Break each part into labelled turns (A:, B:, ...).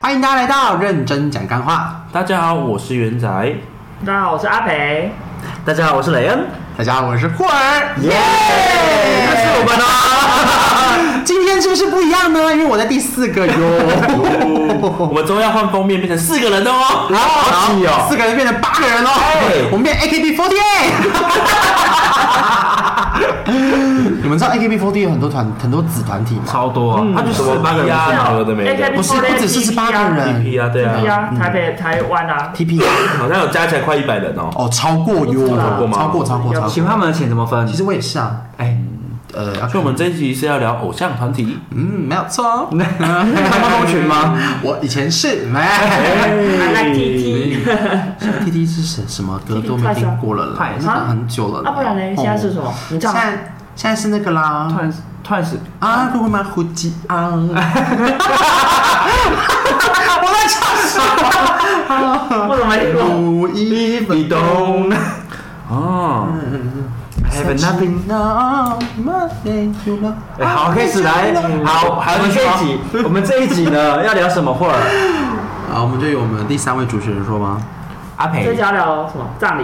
A: 欢迎大家来到认真讲干话。
B: 大家好，我是元仔。
C: 大家好，我是阿培。
B: 大家好，我是雷恩。
A: 大家好，我是霍儿，耶、
B: 又是我们哦啦！
A: 今天是不是不一样呢？因为我在第四个
B: 我
A: 哟。
B: 们终于要换封面，变成四个人的哦。
A: 然后
B: 好气哦
A: 四个人变成八个人喽
B: 哎，
A: 我们变 AKB48。你 们知道 AKB48 有很多团很多子团体吗？
B: 超多
D: 嗯
B: 啊，他就
C: 什
B: 么哎八个人
C: 是
B: 好了的没的
C: AKB
A: 不是，不只是十八个人
B: TP 啊啊对啊
C: 对啊，台北、台湾啊，
A: ，TP
B: 好像有加起来快一百人哦。
A: 哦，超过哟，
C: 超
B: 过吗
A: 超过，超过，超
D: 请
A: 过。
D: 问他们的钱怎么分？
A: 其实我也是啊，
D: 哎，
A: 呃，要看
B: 所以我们这一集是要聊偶像团体，
A: 嗯，没有 错。
D: 他们同群吗？
A: 我以前是，
C: I
A: 哎
D: 嗯
C: like TT。
A: ，T T 是什什么歌
C: TT
A: 都没听过了啦
D: 快，
A: 那
C: 闪
A: 个很久了啦。
C: 啊，不然呢？现在是什么
A: 哦？
C: 你知
A: 现
C: 道吗？
A: 在现在是那个啦
D: 突，然突然是
A: 啊，如果买胡姬啊，我在唱什
C: 我怎么没听
A: 么？
C: 过？
A: 无一不懂。
B: 哦，
D: I have nothing。哎好，开始来，
A: 啊
D: 好，还有我们这一集，我们这一集 呢要聊什么会儿？
A: 好，我们就由我们第三位主持人说吗？
D: 阿
C: 这
D: 培
C: 集，要聊什么？葬礼。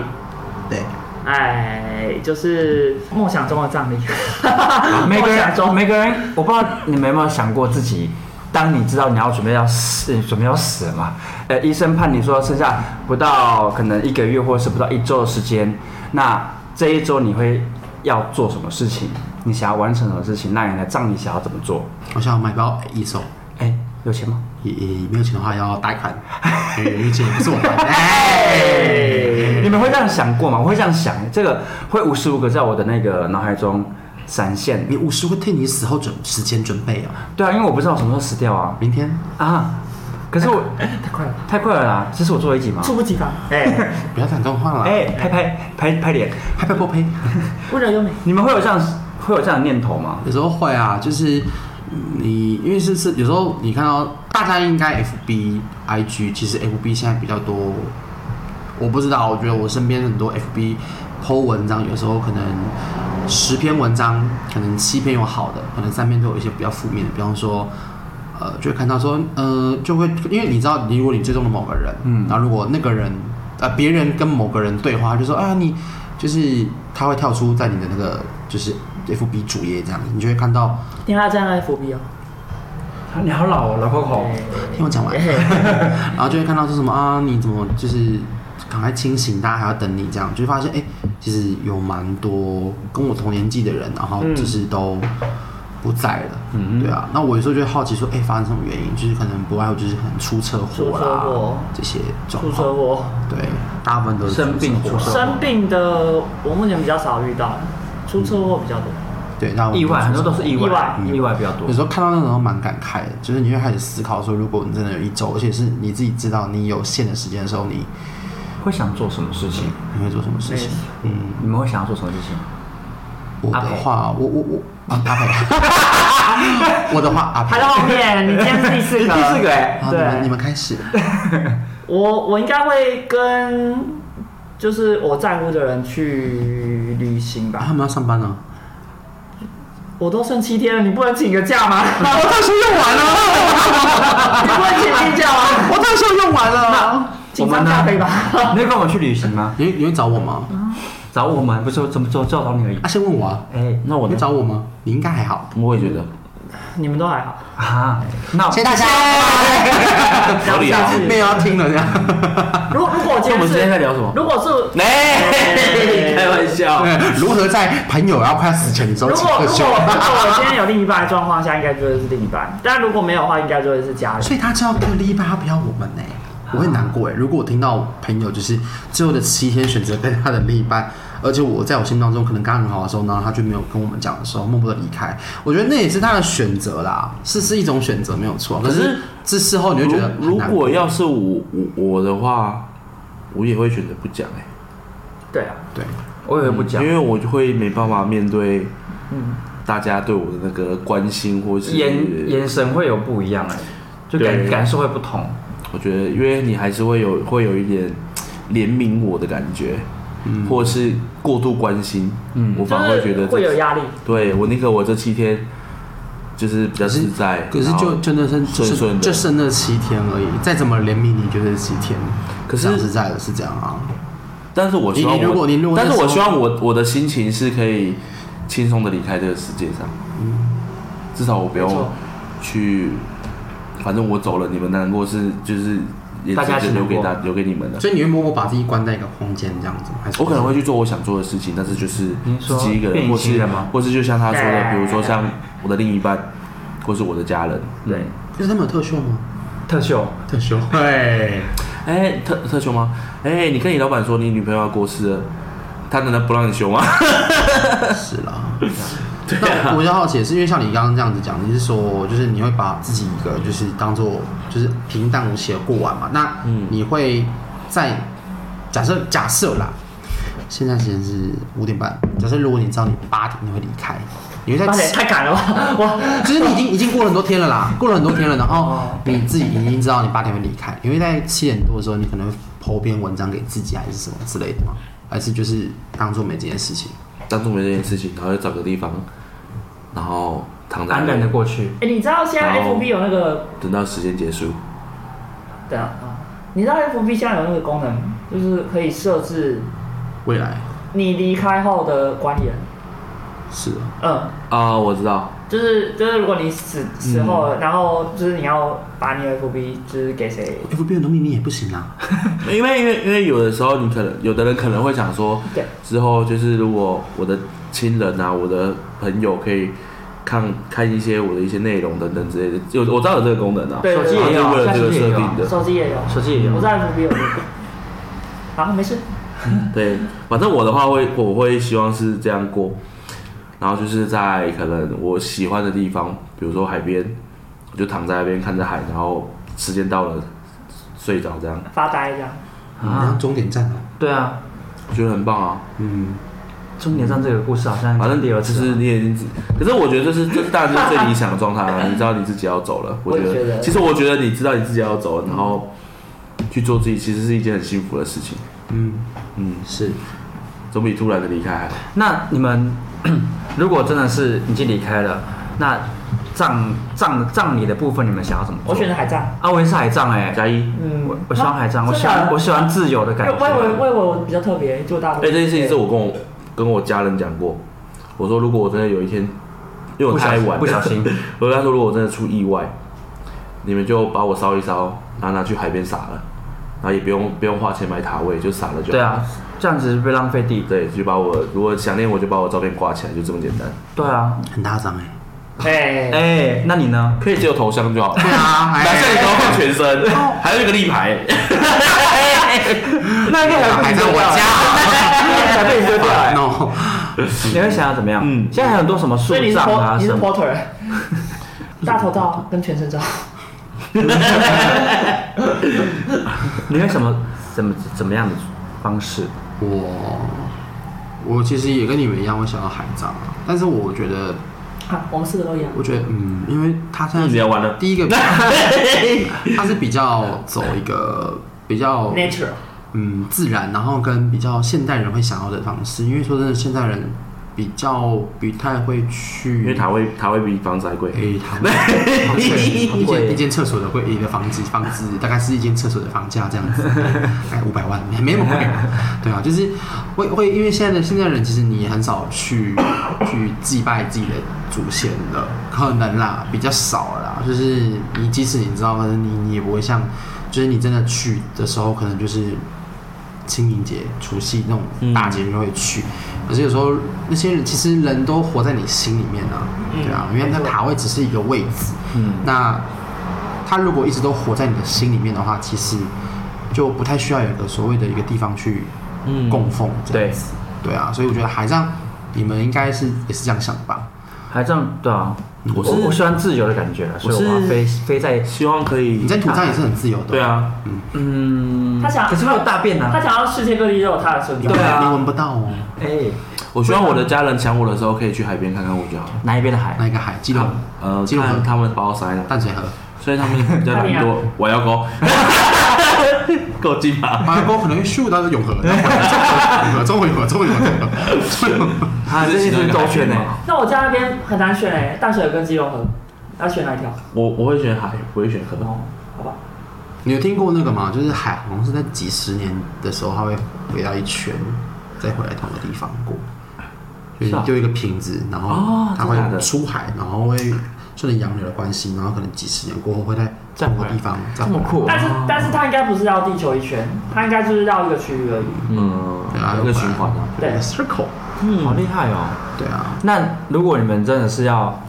A: 对，
C: 哎，就是梦想中的葬礼。
D: 啊每个
C: 梦想
D: 人
C: 中
D: 每个人，我不知道你们有没有想过自己。当你知道你要准备要死，准备要死了嘛？呃，医生判你说剩下不到可能一个月或是不到一周的时间，那这一周你会要做什么事情？你想要完成什么事情？那你的葬礼想要怎么做？
A: 我想买包一手。
D: 哎，有钱吗？
A: 也也没有钱的话要贷 款，哎因为这也不是我还的。
C: 哎
D: 你们会这样想过吗？我会这样想，这个会无时无刻在我的那个脑海中闪现。
A: 你五十会替你死后准时间准备啊，
D: 对啊，因为我不知道我什么时候死掉啊
A: 明天
D: 啊！可是我
C: 太快了，
D: 太快了啦，这是我最后一集嘛。
C: 猝不及防。哎，
A: 不要讲这种话了，
D: 哎、拍拍拍拍脸，
A: 拍拍不拍？
C: 温柔优美。
D: 你们会有这样会有这样的念头吗？
A: 有时候会啊，就是你因为是是有时候你看到大家应该 FB、IG，其实 FB 现在比较多，我不知道，我觉得我身边很多 FB Po 文章，有时候可能十篇文章，可能七篇有好的，可能三篇都有一些比较负面的，比方说。呃，就会看到说，呃，就会因为你知道，如果你追踪了某个人，嗯，然后如果那个人，呃，别人跟某个人对话，就说啊，你就是他会跳出在你的那个就是 FB 主页这样，你就会看到。
C: 听他这样的 FB 哦。哎
D: 你好老哦，老 Coco，
A: 听我讲完， 然后就会看到说什么啊，你怎么就是赶快清醒，大家还要等你这样，就会发现哎、其实有蛮多跟我同年纪的人，然后就是都不在了，嗯，对啊。那我有时候就会好奇说，哎、发生什么原因？就是可能不外乎就是可能出车祸
C: 出车祸
A: 啦这些状
C: 出车
A: 况，
C: 祸。
A: 对，大部分都是
D: 生病
A: 出车祸
D: 出车祸
C: 生病的我目前比较少遇到，出车祸比较多。
A: 对，大部分
D: 意外
A: 出
D: 很
A: 车
D: 多
A: 祸
D: 都是意外，
C: 意外
D: 意外比较多
A: 有。时候看到那种蛮感慨的，就是你会开始思考说，如果你真的有一周，而且是你自己知道你有限的时间的时候，你
D: 会想做什么事情？
A: 你会做什么事情？嗯，
D: 你们会想要做什么事情？
A: 我的话，我我我啊，阿 培，我的话，阿培啊
C: 排，到后面，你今天是第四个。
D: 第四个哎、
A: 好，你
C: 对
A: 们你们开始，
C: 我我应该会跟就是我在乎的人去旅行
A: 啊
C: 吧。
A: 他们要上班 了，
C: 我都剩七天了，你不能请个假吗？你
A: 当时用完了，
C: 不能请病假吗？
A: 我当时用完了。
D: 我
C: 请
D: 们
C: 长
D: 呢
C: 假可以吧？
D: 你会跟我去旅行吗？
A: 你会你会找我吗？
D: 找我们不是怎么做，就要找你而已。
A: 啊，先问我啊，
D: 哎、那
A: 你
D: 我
A: 会
D: 呢？
A: 找我吗？你应该还好。
B: 我也觉得。
C: 你们都还好，
D: 啊，那
A: 谢谢大家，
C: 聊不下去
A: 没。有要听了这样。
C: 如果如果我今
D: 那
C: 天
D: 我们今天在
C: 是，
D: 聊什么？
C: 如果是
B: 哎，开玩 笑，
A: 如何在朋友要快要死前的时候
C: 如
A: 请
C: 果
A: 客
C: 如
A: 秀
C: 果？如果我今天有另一半的状况下，应该就会是另一半；但如果没有的话，应该就会是家人。
A: 所以他知道特例吧，他不要我们呢、我会难过哎、如果我听到朋友就是最后的七天选择跟他的另一半，而且我在我心当中可能刚刚很好的时候呢，他却没有跟我们讲的时候，默默的离开，我觉得那也是他的选择啦，是是一种选择没有错。可
B: 可
A: 是
B: 是
A: 这事后你会觉得
B: 如
A: 很
B: 如
A: 难
B: 果
A: 过
B: 要是我我我的话，我也会选择不讲哎。
C: 对啊，
A: 对，
D: 我也会不讲
B: 因，为我就会没办法面对，
A: 嗯
B: 大家对我的那个关心或是
D: 眼眼神会有不一样哎、就
B: 对
D: 感感受会不同。
B: 我觉得，因为你还是会有会有一点怜悯我的感觉，
A: 嗯
B: 或是过度关心，
D: 嗯
B: 我
C: 就
B: 反而会觉
C: 是
B: 得
C: 会有
B: 这，
C: 压力。
B: 对我宁可我这七天就是比较实在，
A: 可是
B: 然后
A: 就真的剩
B: 顺顺
A: 剩
B: 的
A: 就剩那七天而已，再怎么怜悯你就是七天。
B: 可是
A: 讲实在的是这样啊，
B: 但是我希望
A: 你
B: 我，
A: 你如果你如果那
B: 但是
A: 时候
B: 我希望我我的心情是可以轻松的离开这个世界上，
A: 嗯
B: 至少我不
C: 没
B: 用
C: 错
B: 去，反正我走了，你们难过是就是也
D: 大家
B: 是
D: 一起
B: 留给
D: 难过
B: 大留给你们的。
A: 所以你会默默把自己关在一个空间这样子吗，还是
B: 我可能会去做我想做的事情，但是就是
D: 您
B: 自
D: 说
B: 己一个人，
D: 变隐
B: 或
D: 形
B: 是
D: 人吗
B: 或是就像他说的，
C: 哎
B: 比如说像我的另一半，或是我的家人。
D: 对，
A: 就是他们有特秀吗？
D: 特秀，
A: 特秀，对，
B: 哎，特特休吗？哎，你跟你老板说你女朋友要过世了，他难道不让你休吗？
A: 是 啦。
C: 啊
A: 那我比较好奇的是，因为像你刚刚这样子讲，你是说就是你会把自己一个就是当做就是平淡无奇的过完嘛？那
B: 嗯
A: 你会在假设假设啦，现在时间是五点半，假设如果你知道你八点你会离开，你会在
C: 八点太赶了吧？哇，
A: 就是你已经已经过了很多天了啦，过了很多天了，然后
C: 哦
A: 你自己已经知道你八点会离开，你会在七点多的时候，你可能会剖篇文章给自己还是什么之类的吗？还是就是当做没这件事情？
B: 当做没这件事情，然后就找个地方，然后躺在那
D: 安
B: 里
D: 然的过去。
C: 哎，你知道现在
B: 然后
C: FB 有那个
B: 等到时间结束。
C: 等啊啊，你知道 FB 现在有那个功能，就是可以设置
A: 未来
C: 你离开后的管理人。
A: 是啊
C: 嗯，
B: 啊、我知道，
C: 就是就是，如果你死死后
D: 嗯
C: 了，然后就是你要把你的 FB 就是给谁？
A: ，FB 很多秘密也不行啊。
B: 因为因为因为有的时候你可能有的人可能会想说，
C: 对，
B: 之后就是如果我的亲人啊，我的朋友可以看看一些我的一些内容等等之类的，有我知道有这个功能啊，
C: 对对
B: 它
C: 对
B: 是为了这个设
D: 啊
B: 定的，
C: 手机也有，
D: 手机也有
C: 我在 FB 有。好，没事。
B: 对，反正我的话会我会希望是这样过，然后就是在可能我喜欢的地方，比如说海边，我就躺在那边看着海，然后时间到了睡着这样，
C: 发呆这样。
A: 你要终点站哦。
D: 对啊，
B: 我觉得很棒啊。
A: 嗯，
D: 终点站这个故事好像
B: 反正
D: 第二
B: 就
D: 次
B: 是
D: 了，
B: 你也已经知，可是我觉得这是这当然就是最理想的状态了。你知道你自己要走了，我觉
C: 我也觉
B: 得
C: 得
B: 其实我觉得你知道你自己要走了，然后去做自己，其实是一件很幸福的事情。
A: 嗯，
B: 嗯，
A: 是。
B: 总比突然的离开还好。
D: 那你们 如果真的是已经离开了，那葬葬葬礼的部分，你们想要怎么做？
C: 我选择海战。
D: 啊，我也是海葬哎、
B: 加一，
C: 嗯
D: 我我喜欢海葬，我喜
C: 真
D: 欢
C: 的啊
D: 我喜欢自由的感
C: 我以为
D: 觉。
C: 我以为我比较特别，就大部
B: 哎，
C: 分。
B: 这件事情是我跟我跟我家人讲过，我说如果我真的有一天，因为我
D: 不小
B: 太
D: 心
B: 晚了
D: 不小心，
B: 我跟他说如果我真的出意外，你们就把我烧一烧，然后拿去海边撒了，然后也不用不用花钱买塔位，就撒了就好。
D: 对啊，这样子会浪费地。
B: 对，就把我如果想念我就把我照片挂起来，就这么简单。
D: 对啊，
A: 很大张哎、
C: 哎
D: 哎、那你 呢？
B: 可以只有头像就好了，
A: 对啊，
B: 哪像你都要放全身，还有一个立牌。
D: 那个
B: 啊
A: 还在我家
D: 小被你丢掉哎、
A: no，
D: 你会想要怎么样？
B: 嗯
D: 现在还有很多什么树
C: 所以你是
D: 葬啊
C: por 你是
D: 什么，
C: porter，大头照跟全身照，
D: 你会什么怎么怎么样的方式？
A: 我我其实也跟你们一样会想要海葬啊，但是我觉得，
C: 啊，我们四个都一样。
A: 我觉得，嗯，因为他现在
B: 你要完了
A: 第一个， 他是比较走一个比较
C: Nature，
A: 嗯自然，然后跟比较现代人会想要的方式，因为说真的，现代人比较不太会去，
B: 因为塔位塔位比房子还 贵，
A: 诶，他们一
D: 贵
A: 间一间厕所的贵，一个房子房子大概是一间厕所的房价这 样子，大概五百万，没那么贵啊。对啊，就是会会因为现在的现在人，其实你也很少去去祭拜自己的祖先了，可能啦，比较少了啦。就是你即使你知道，可是你你也不会像，就是你真的去的时候，可能就是清明节、除夕那种大节日会去。可是有时候那些人其实人都活在你心里面啊，
C: 嗯
A: 对啊，因为那
C: 没错
A: 塔位只是一个位置，嗯，那他如果一直都活在你的心里面的话，其实就不太需要有一个所谓的一个地方去
B: 嗯
A: 供奉这样
D: 对，
A: 子，对啊，所以我觉得海上你们应该是也是这样想吧，
D: 海葬对啊，
B: 我
D: 我
B: 是
D: 我喜欢自由的感觉啊了，所以
B: 我
D: 我
B: 是
D: 要飞飞在
B: 希望可以
A: 你。在土葬也是很自由的，
B: 对，啊，
D: 嗯，
C: 他想
D: 可是会有大便
C: 他
D: 啊，
C: 想要世界各地都有他的存
A: 你
C: 在
A: 闻。
D: 对啊
A: 你闻不到哦，
D: 哎、
B: 我希望我的家人想我的时候可以去海边看看我就好。
D: 哪一边的海？
A: 那一个海，基隆，
B: 呃，
A: 基隆
B: 看他们把我塞哪？
A: 淡水河，
B: 所以他们比较懒
C: 那你
B: 惰，我要勾，够近吧？
A: 马来波可能会咻到永和，然后中和永和，中和永和，中和永和，中和永和。
D: 啊，这些是周
B: 欸
D: 旋呢、
C: 那我家那边很难选哎、淡水河跟基隆河，要选哪一条？
B: 我我会选海，不会选河。
C: 哦，好吧，
A: 你有听过那个吗？就是海好像是在几十年的时候，它会围绕一圈，再回来同一个地方过。就是
B: 是啊
A: 丢一个瓶子，然后
B: 哦
A: 它会
B: 真的假的
A: 出海，然后会顺着洋流的关系，然后可能几十年过后会在
D: 再
A: 同一
D: 回
A: 个
D: 来
A: 地方再
D: 这么
A: 回来。
D: 酷、啊
C: 但是但是它应该不是绕地球一圈，它应该就是绕一个区域而已。
B: 嗯
A: 对啊，
B: 一个循环啊。
A: 对
C: 对
A: ，circle，
D: 好
C: 嗯，
D: 厉害哦！
A: 对啊，
D: 那如果你们真的是要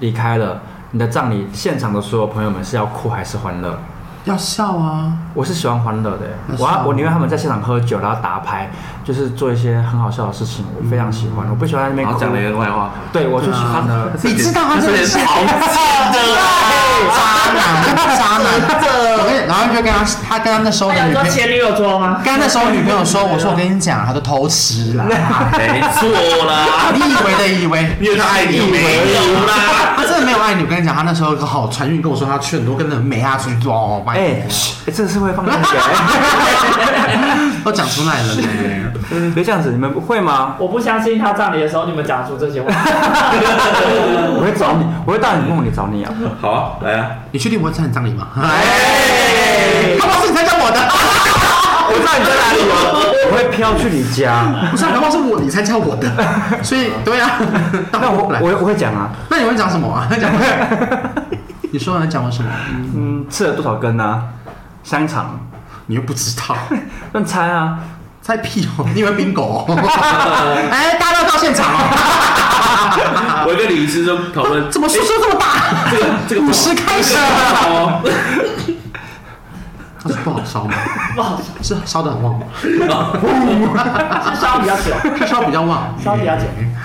D: 离开了，你的葬礼现场的所有朋友们是要哭还是欢乐？
A: 要笑啊，
D: 我是喜欢欢乐的、欸
A: 那是
D: 我
A: 啊
D: 要我宁愿他们在现场喝酒，然后打牌，就是做一些很好笑的事情，我非常喜欢。我不喜欢在那边
B: 然后
D: 哭
B: 讲了一个外话，
D: 对我就喜欢嗯的。
A: 啊你知道他这个是
B: 好贱的啊！
A: 渣男，渣男，我跟你然后就跟他，他跟他那时候
C: 他
A: 的
C: 有
A: 女
C: 说
A: 朋友，
C: 前女友桌吗？
A: 跟他那时候女朋友说，我说我跟你讲，他都偷吃了，
B: 没错 啦，
A: 你以为的以为，
B: 你有爱你没有啦？
A: 他真的没有爱你，我跟你讲，他那时候刚好传讯跟我说，他去很多跟那个美亚出去逛哦，拜
D: 哎、
A: 托，
D: 哎这个是会放进去 的、
A: 都讲出来了呢。
D: 别这样子，你们不会吗？
C: 我不相信他葬礼的时候你们讲出这些 话。
D: 我会找你，我会到你梦里找你啊！
B: 好啊，来啊！
A: 你确定不会参葬礼吗？
D: 哎
A: 他不是你参加我的，
D: 我知道你在哪里吗？我会飘去你 家。
A: 不是，啊他不是我，你参加我的，所以对啊，
D: 那我
A: 来，
D: 我我会讲啊，
A: 那你会讲什么啊？讲，你说啊完讲我什么？
D: 嗯，吃了多少根啊？香肠，
A: 你又不知道，
D: 乱猜啊！
A: 猜屁哦！你以为冰狗、哦？哎，大家都到现场哦！
B: 我跟李医师就讨论
A: 怎么输出这么大？
B: 这个这 个
A: 五十开始。
B: 哦，
A: 他是不好 烧吗？
C: 不好
A: 是烧的很旺吗？
C: 是烧比较久，
A: 是烧比较旺，
C: 烧比较久。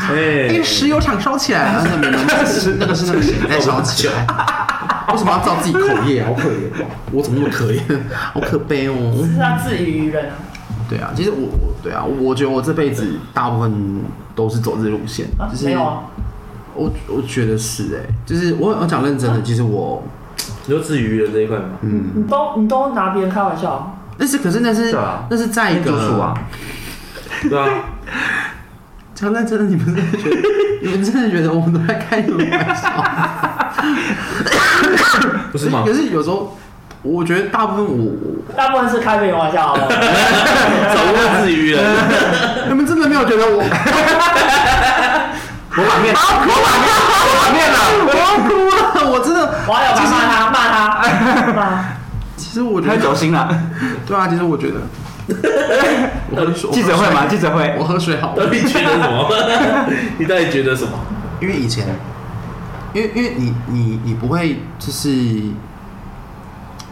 A: 那
B: 哎
A: 个，石油厂烧起来了，那 没没那是那个是那个谁在烧起 来？为什么要造自己口业？好可怜哦！我怎么那么可怜？好可悲哦！
C: 是他自娱于人啊。
A: 对啊，其实我我对啊，我觉得我这辈子大部分都是走这路线，
C: 啊
A: 就，是
C: 没有啊，
A: 我我觉得是哎、就是我我讲认真的，其实我
B: 你说自娱人这一块吗？
A: 嗯，
C: 你都你都拿别人开玩笑，
A: 但是可是那是、
D: 对啊
A: 那是在一
D: 天竺鼠
A: 个
D: 啊，
B: 对啊，
A: 讲认真的，你们真的觉 得你们真的觉得我们都在开你们玩笑？
B: 不是 吗
A: 可？是有时候我觉得大部分我
C: 大部分是开别人玩笑好不好
B: 找不到自娱 人，
A: 你们真的没有觉得我
D: 我把面，我把面了。
A: 我要哭了，我真的
C: 网友们骂他骂他骂 他，
A: 其实我觉
D: 他
A: 得
D: 走心了。
A: 对啊，其实我觉得 我喝水
D: 记者会吗？记者会
A: 我。喝水好
B: 到底觉得什么？ 你到底觉得什么？
A: 因为以前，因为因为你你你不会就是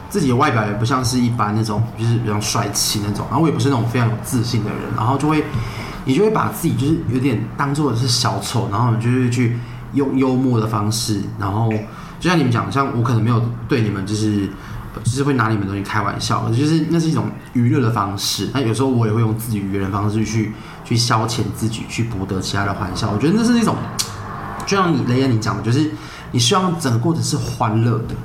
A: 自己的外表也不像是一般那种就是比较帅气那种，然后我也不是那种非常有自信的人，然后就会你就会把自己就是有点当做是小丑，然后你就会去用幽默的方式，然后就像你们讲，像我可能没有对你们就是。呃就是会拿你们东西开玩笑，就是那是一种娱乐的方式。那有时候我也会用自己娱乐的方式去去消遣自己，去博得其他的欢笑。我觉得那是一种就像你雷恩你讲的，就是你希望整个过程是欢乐的，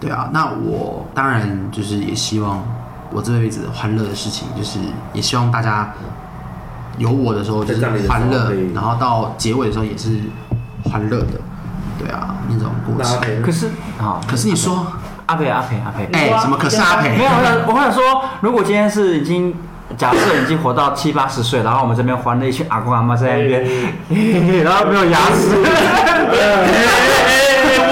A: 对啊。那我当然就是也希望我这辈子欢乐的事情，就是也希望大家有我的时候就是
B: 在葬礼的时候
A: 欢乐
B: 可以，
A: 然后到结尾的时候也是欢乐的，对啊，那种过程。
B: 陪
D: 可是好，
A: 可是你说，
D: 阿培阿培阿培，
A: 哎、
C: 你说啊
A: 什么？可是阿培
D: 没有，啊我想我想说，如果今天是已经。假设已经活到七八十岁，然后我们这边欢乐一群阿公阿妈在那边，嘿嘿嘿然后没有牙齿，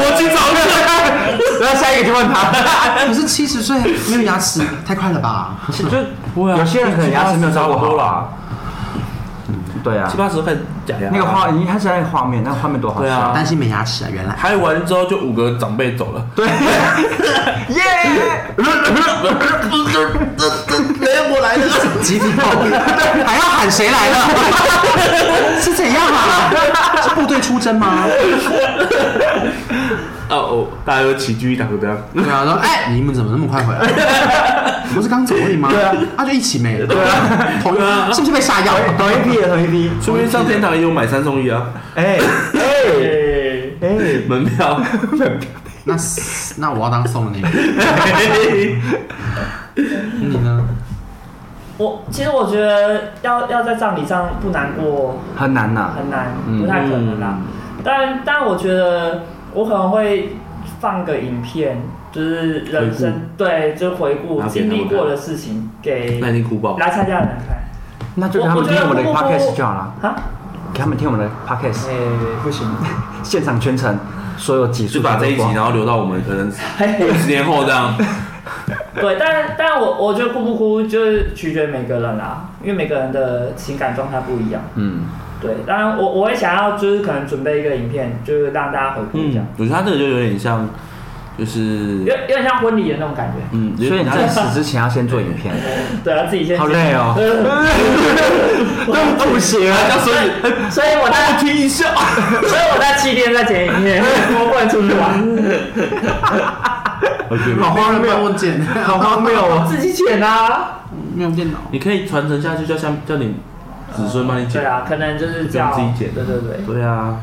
B: 我去找你。
D: 然后下一个就问他，
A: 可是七十岁没有牙齿，太快了吧？
D: 就
B: 啊
D: 有些人可能牙齿没有照顾好啦。对啊
B: 七，八十块假牙，
D: 那个画，你看现在那个画面，那个画面多好
B: 对
D: 笑
B: 啊。
A: 担心没牙齿啊，原来。
B: 拍完之后就五个长辈走了。
D: 对，耶！
A: 哎，我来了，集体报名，还要喊谁来了？ 是怎样啊？是部队出征吗？
B: 哦哦，大家都齐聚一堂，这样。
A: 对啊，说哎，你们怎么那么快回来？不是刚走而已吗？对啊，他就一起没了。对啊，同一是不是被下药了？
D: 同一批的，同一批。
B: 说不定上天堂也有买三送一啊，
D: 哎哎
C: 对
D: 哎！
B: 门票。
A: 那是那我要当送的那个。你呢？
C: 我其实我觉得要要在葬礼上不难过
D: 很难呐、
C: 很难，不太可能啦。
B: 嗯
C: 但但我觉得我可能会放个影片，就是人
B: 回
C: 生对，就回顾
B: 然后给他们
C: 经历过的事情给
B: 那一定哭爆。
C: 来参加的人看。
D: 那就
C: 我
D: 让他们
C: 我觉
D: 听
C: 得
D: 我们
C: 不
D: 的
C: 不不
D: podcast 就好了，
C: 啊，
D: 给他们听我们的 podcast，
C: 哎、不行，
D: 现场全程所有集
B: 就
D: 数
B: 把这一集，
D: 全部播
B: 然后留到我们可能
C: 嘿嘿
B: 十年后这样。
C: 对，但但我我觉得哭不哭就是取决于每个人啦，因为每个人的情感状态不一样。
B: 嗯
C: 对，当然我我会想要就是可能准备一个影片，就是让大家回顾一下
B: 嗯，，我觉得他这个就有点像，就是
C: 有有点像婚礼的那种感觉。
B: 嗯，
D: 所以你
B: 他
D: 在死之前要先做影片，
C: 对，啊他自己先
D: 好累 哦，对不 行啊，
B: 所以
C: 所以我在，
B: 听一下，
C: 所以我在七天在剪影 片，我不能出去
B: 嗯
C: 玩，
A: 好荒谬！我剪，
D: 好荒谬哦。
C: 自己剪啊。
A: 没有电脑。
B: 你可以传承下去，叫像叫你子孙帮你
C: 对
B: 剪。
C: 啊，可能就是
B: 不
C: 这
B: 用
C: 样
B: 自己剪
C: 对对对。
B: 对啊，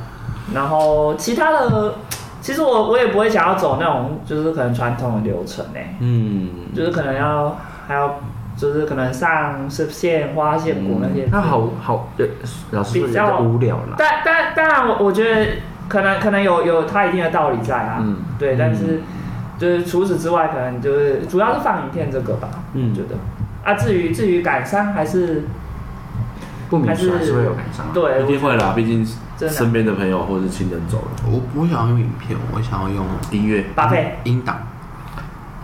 C: 然后其他的，其实我我也不会想要走那种就是可能传统的流程诶、
B: 嗯，
C: 就是可能要还要就是可能上是献花献果
B: 嗯
C: 那些。
D: 那好好，呃老师说有
C: 比较啊
D: 点无聊了。
C: 但但当然，我我觉得可能可能有有它一定的道理在啊，
B: 嗯
C: 对，但是就是除此之外，可能就是主要是放影片这个吧，
B: 嗯
C: 我觉得啊，至于至于感伤还是
D: 不免
C: 还
D: 俗
C: 是
D: 还是会有感伤啊。
C: 对，
B: 一定会啦，毕竟
C: 真的
B: 身边的朋友或者是亲人走了，
A: 我不想要用影片，我想要用
B: 音乐
C: 巴菲
A: 音档。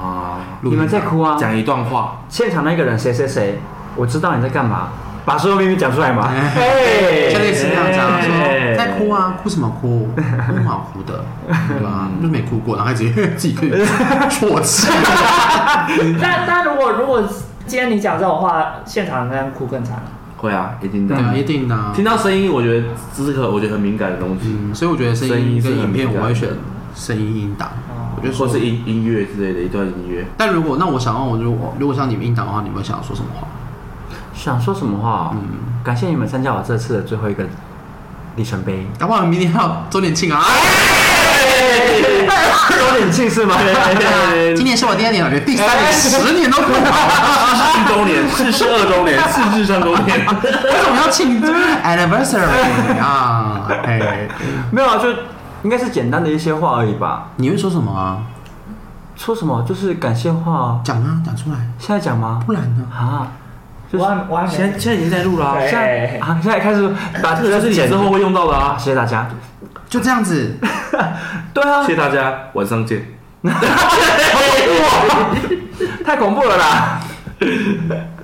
B: 啊，
A: 录
D: 你们在哭啊？
B: 讲一段话，
D: 现场那个人谁谁谁，我知道你在干嘛，把所有秘密讲出来嘛。
B: 嗯
A: 哎
D: 嘿
A: 就类似那样讲，
B: 哎
A: 说在哭啊，哭什么哭？有什么好哭的？对吧？就没哭过，然后还直接自己可以啜泣。
C: 但但如果如果今天你讲这种话，现场人哭更惨了。
B: 会啊，一定的
A: 对。
C: 嗯
A: 啊，一定的啊。
B: 听到声音，我觉得这是个我觉得很敏感的东西，
A: 嗯，所以我觉得声
B: 声
A: 音
B: 音是
A: 跟
B: 很
A: 影片，
B: 敏感
A: 我
B: 的哦
A: 会选声音音档。我
C: 嗯
A: 觉得
B: 或
A: 说
B: 是音音乐之类的一段音乐。
A: 但如果那我想问，我如果如果像你们音档的话，你们会想要说什么话？
D: 想说什么话？哦
A: 嗯，
D: 感谢你们参加我这次的最后一个里程碑。
A: 搞不好明天还有周年庆啊！
D: 周年庆 是吗？
A: 哎今年是我第二年了，我觉得第三年十年都过了，
C: 啊
B: 一周 年，四十二周年，四十三周年，
A: 为什么要庆祝 anniversary 啊？哎，
D: 没有啊，就应该是简单的一些话而已吧。
A: 你会说什么啊？
D: 说什么？就是感谢话啊。
A: 讲啊，讲出来，
D: 现在讲吗
A: 不？然呢？
D: 啊，就是
C: 我还我还
B: 现
C: 没
B: 在现在已经在录了啊，
C: 对
D: 现在啊，现在开始把这
B: 这
D: 个
B: 是你
D: 剪
B: 之后会用到的啊。
D: 谢谢大家。
A: 就这样子，
D: 对啊
B: 谢，谢大家，晚上见。
D: 太恐怖了啦！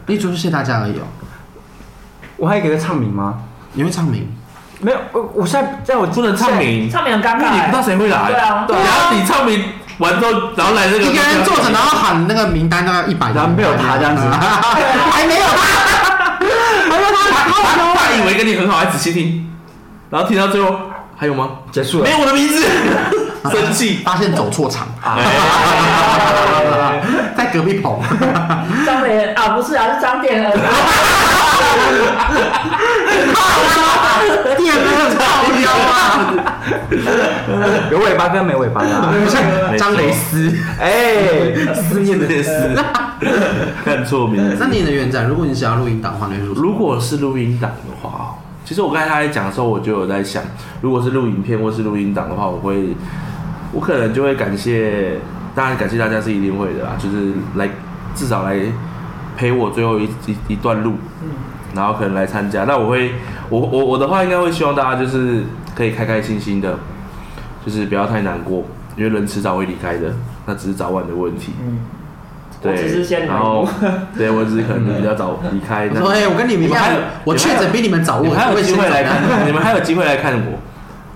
A: 你只是谢大家而已哦。
D: 我还给他唱名吗？
A: 你会唱名？
D: 没有，我我现在在我
B: 不能唱名，
C: 唱名很尴
B: 因为你
C: 尬、
B: 不
C: 欸，
B: 知道谁会来。
C: 对啊
B: 然后你唱名完之后，然后来这个
A: 一个人坐着，然后喊那个名单大概一百，
D: 然后没有他 这样子
A: 还没有他，还没有他，
B: 他他他以为跟你很好，还仔细听，然后听到最后还有吗？
D: 结束了
B: 没。有我的名字， 生气。
A: 发现走 错场，
B: 哎
A: 在隔壁棚。
C: 张磊恩啊，不是啊，是张 典 恩啊，
B: 啊
A: 电热操腰啊！
D: 有尾巴跟没尾巴 啦。
A: 张蕾斯。
D: 哎，
B: 思念的思， 看错名字
A: 那。你的园长，如果你想要录音档的话，你会说什么
B: 如果是录音档的话哦，其实我刚才他在讲的时候，我就有在想，如果是录影片或是录音档的话，我会，我可能就会感谢，当然感谢大家是一定会的
C: 嗯
B: 啦，就是来至少来陪我最后一一一段路，然后可能来参加。那我会，我我我的话应该会希望大家就是可以开开心心的，就是不要太难过，因为人迟早会离开的，那只是早晚的问题。
C: 嗯，我
B: 对，
C: 只是先来
B: 然后，对我只是可能比较早离开。
A: 我
B: 那
A: 说，哎，我跟你们一
B: 你们
A: 样
B: 还有，
A: 我确诊比你们早，
B: 你
A: 啊我
B: 们还有
A: 会
B: 机
A: 先
B: 会
A: 走
B: 来
A: 的。
B: 看，你们还有机会来看我。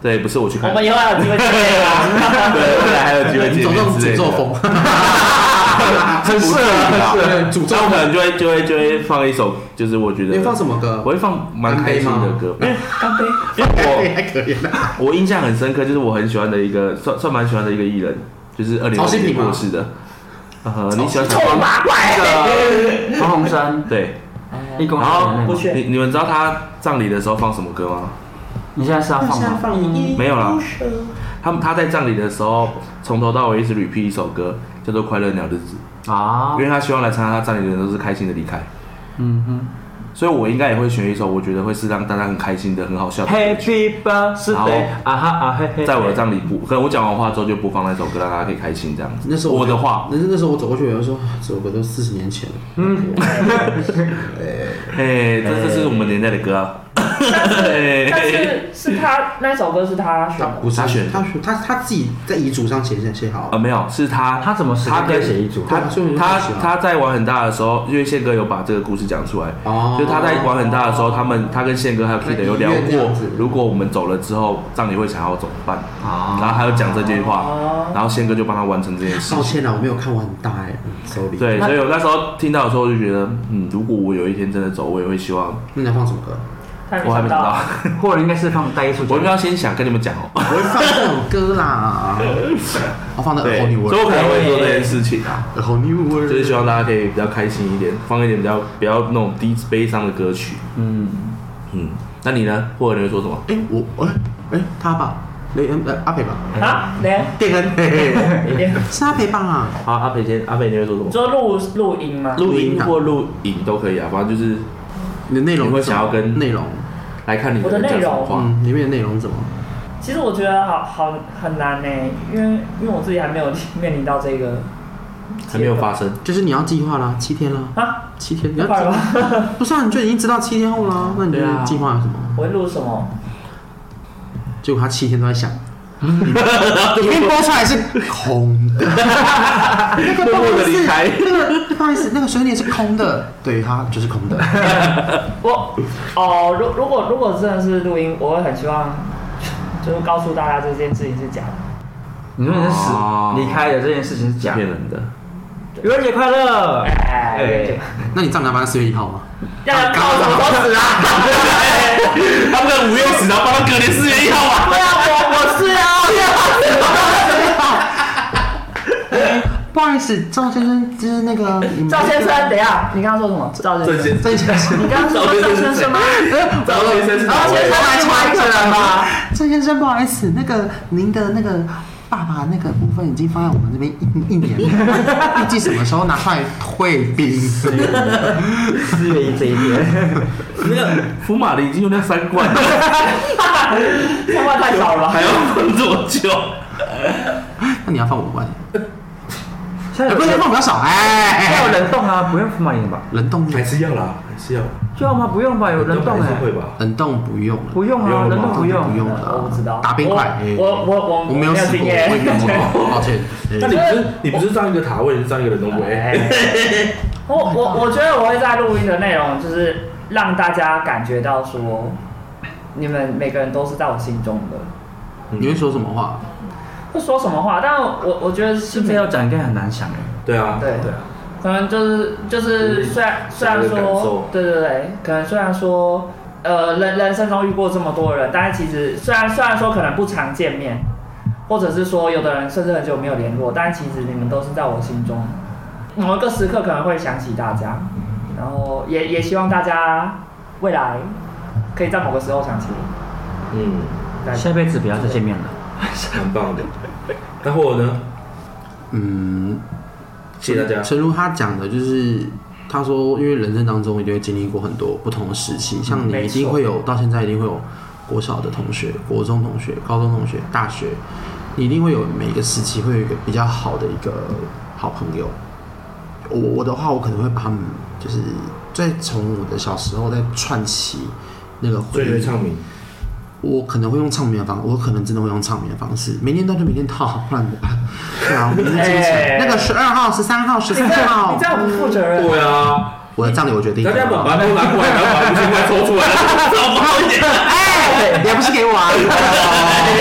B: 对，不是我去看
C: 我
B: 你，
C: 们以后还有机会见面啊。
B: 对，未来还有机会
A: 你
B: 见
A: 走这
B: 面
A: 种嗯
B: 之
A: 诅
B: 类
A: 咒
B: 的。啊
A: 风，
D: 很适合，很适合。
A: 对诅咒
B: 那我 可
A: 风。
B: 能就会就会就会放一首，就是我觉
A: 你
B: 得
A: 会放什么歌
B: 我？会放蛮开心的歌，因为
C: 干杯！
B: 我
A: 哎还可以啊的。
B: 我 印象很深刻，就是我很喜欢的一个，算算蛮喜欢的一个艺人，就是二零
A: 曹
B: 零
A: 新
B: 年
A: 平吗
B: 过世的。呃，你喜欢什
C: 臭
B: 么？
C: 八怪！
D: 黄鸿升，
B: 对，
D: 一
A: 哦
D: 公
B: 然后
D: 好
C: 不去
B: 你你们知道他葬礼的时候放什么歌吗？
D: 你现在是要放吗？
A: 放
B: 没有啦，他们他在葬礼的时候，从头到尾一直 repeat 一首歌，叫做《快乐鸟日子》，
D: 啊
B: 因，为他希望来参加他葬礼的人都是开心的离开。
D: 嗯哼。
B: 所以我应该也会选一首，我觉得会是让大家很开心的、很好笑的歌曲。
D: Happy birthday！啊哈啊嘿嘿，
B: 在我的葬礼播，可能我讲完话之后就播放那首歌，让大家可以开心这样子。
A: 那时候
B: 我的话，，
A: 那是那时候我走过去，有人说这首歌都四十年前了。嗯，
B: 哎，这这是我们年代的歌啊。
C: 但是
B: 嘿
C: 但是是他那首歌是他选
A: 他
C: 的，
A: 不是
B: 他选的
A: 他选他他自己在遗嘱上写写写好
B: 啊，
A: 了。
B: 没有，是他
D: 他怎么时间
B: 他跟
D: 可以写遗嘱
B: 他
A: 对啊所以我就
B: 他
A: 好奇啊
B: 他在玩很大的时候，因为宪哥有把这个故事讲出来，
A: 哦
B: 就他在玩很大的时候，他们他跟宪哥还有 Kid 有聊
A: 那医院这
B: 过
A: 样子，
B: 如果我们走了之后，葬礼会想要怎么办，
D: 哦
B: 然后还有讲这句话
C: 哦，
B: 然后宪哥就帮他完成这件事
A: 抱
B: 情。
A: 歉啊，我没有看完很大哎、欸嗯，sorry。，
B: 对，
D: 那
B: 所以我那时候听到的时候，我就觉得，嗯，如果我有一天真的走，我也会希望，
A: 那你要放什么歌？
C: 他
B: 我还没
C: 想
B: 想 到，
D: 或者应该是放大艺术
B: 我应该
D: 家。
B: 要先想跟你们讲哦。
A: 我会放这种歌啦。我放的《
B: 对，
A: A
B: 所
A: Whole
B: 以
A: New
B: 我
A: World
B: 可能 会做这件事情啊。》。
A: 《A Whole New
B: 就
A: World》
B: 是希望大家可以比较开心一点，放一点比较比较那种低悲伤的歌曲。
D: 嗯，
B: 嗯，那你呢？或者你会说什么？
A: 哎、我哎哎、他吧，雷恩呃阿培吧，
C: 啊，连
A: 电恩嘿嘿，是阿培吧？
B: 好，阿培先，阿培你会说什么
C: 你？说录录音吗？
B: 录
A: 录音
B: 音
A: 啊
B: 或录影都可以啊，反正就是
A: 你的内容
B: 你会
A: 是什么
B: 想要跟
A: 内容，
B: 来看你
C: 我的内
B: 讲什么
C: 容
B: 话。
A: 嗯，里面的内容是什么？
C: 其实我觉得好好很难呢，因为因为我自己还没有面临到这个
B: 还没有发生，
A: 就是你要计划啦，七天啦，
C: 啊，
A: 七天，你要
C: 太快了
A: 计
C: 吧？
A: 不是啊，你就已经知道七天后啦，那你就
B: 对啊
A: 计划什么？
C: 我会录什么？
A: 结果他七天都 在想，里面播出来是空的，那个不
B: 默
A: 好
B: 默
A: 意
B: 的离
A: 思，
B: 开。
A: 那个不好意思，那个水莲是空的，对，它就是空的。
C: 我哦，如如果如果真的是录音，我会很希望就是告诉大家这件事情是假的。
D: 你说你是死
B: 哦
D: 离开的这件事情是假
B: 骗
D: 的。
B: 人的，
D: 愚人节快乐！
C: 哎，
D: 哎
A: 那你葬礼要办四月一号吗？
C: 要人告诉我死啊！
B: 他们在五月十，然后帮他隔年四月一号嘛。
C: 对啊，我我是啊，
A: 不好意思，赵先生，就是那个你们
C: 赵先生，等一下，你刚刚说什么？赵先 生，
A: 郑先生，
C: 你刚刚说赵先生吗？
B: 赵先生是哪
C: 赵
B: 位
C: 先生还是外一个人吧？
A: 郑先生，不好意思，那个您的那个爸爸那个部分已经放在我们这边一一年了，预计什么时候拿出来退兵？
D: 四月一这一天，
B: 那个福马林已经用掉三罐了，
C: 三万太少了 吧
B: 还？要放多久？
A: 那你要放五 万，
D: 现在
A: 哎
D: 有
A: 不能
D: 人
A: 放比较少，
D: 现在有
A: 哎，
D: 人动啊，不用福马林吧？
A: 人动
B: 还是要啦，还是要。
D: 需要吗？不用吧，有人动
B: 还是
D: 哎
B: 会，吧？
A: 人动不用了，
D: 不用啊，人动不
A: 不
D: 用
A: 用。
C: 我
A: 了，
C: 不知道，
A: 打冰块，哎
C: 我我我
A: 我没有死
C: 经
A: 过，
C: 验
A: 我。也没有过，抱 歉。
B: 那你不是你不是上一个塔位，你是上一个人工位？
C: 我我我觉得我会在录音的内容就是让大家感觉到说，你们每个人都是在我心中的。
A: 你会说什么话？
C: 不说什么话，但我我觉得是
D: 是没
C: 没有
D: 有讲应该很难想哎。
B: 对啊，
C: 对
D: 对啊，
C: 可能就是就是虽然虽然
B: 感受
C: 说对对对，可能虽然说呃人人生中遇过这么多人，但是其实虽然虽然说可能不常见面，或者是说有的人甚至很久没有联络，但其实你们都是在我心中某一个时刻可能会想起大家，然后也也希望大家未来可以在某个时候想起我。
B: 嗯，
C: 对
D: 下辈子不要再见面了。
B: 蛮棒的。那或者呢？
A: 嗯，
B: 谢谢大家。
A: 诚如他讲的，就是他说，因为人生当中一定会经历过很多不同的时期，像你
C: 嗯没
A: 一定
C: 错
A: 会有到现在一定会有国小的同学、国中同学、高中同学、大学，你一定会有每个时期会有一个比较好的一个好朋友。我我的话，我可能会把他们就是再从我的小时候再串起那个回
B: 最
A: 忆
B: 对。唱名，
A: 我可能会用唱名的方，我可能真的会用唱名的方式，明天到就明天套，不然怎 么办？对啊，我明天进城
C: 哎，
A: 那个十二号、十三号、十
C: 你
A: 四
C: 这样
A: 号
C: 你这，样不负责任，
B: 对啊，
A: 我的葬礼我决定。
B: 大家把
A: 好
B: 馒头拿过来，然后把五千块抽出来， 哦好不好一点？
A: 哎，也不是给我啊。
D: 人家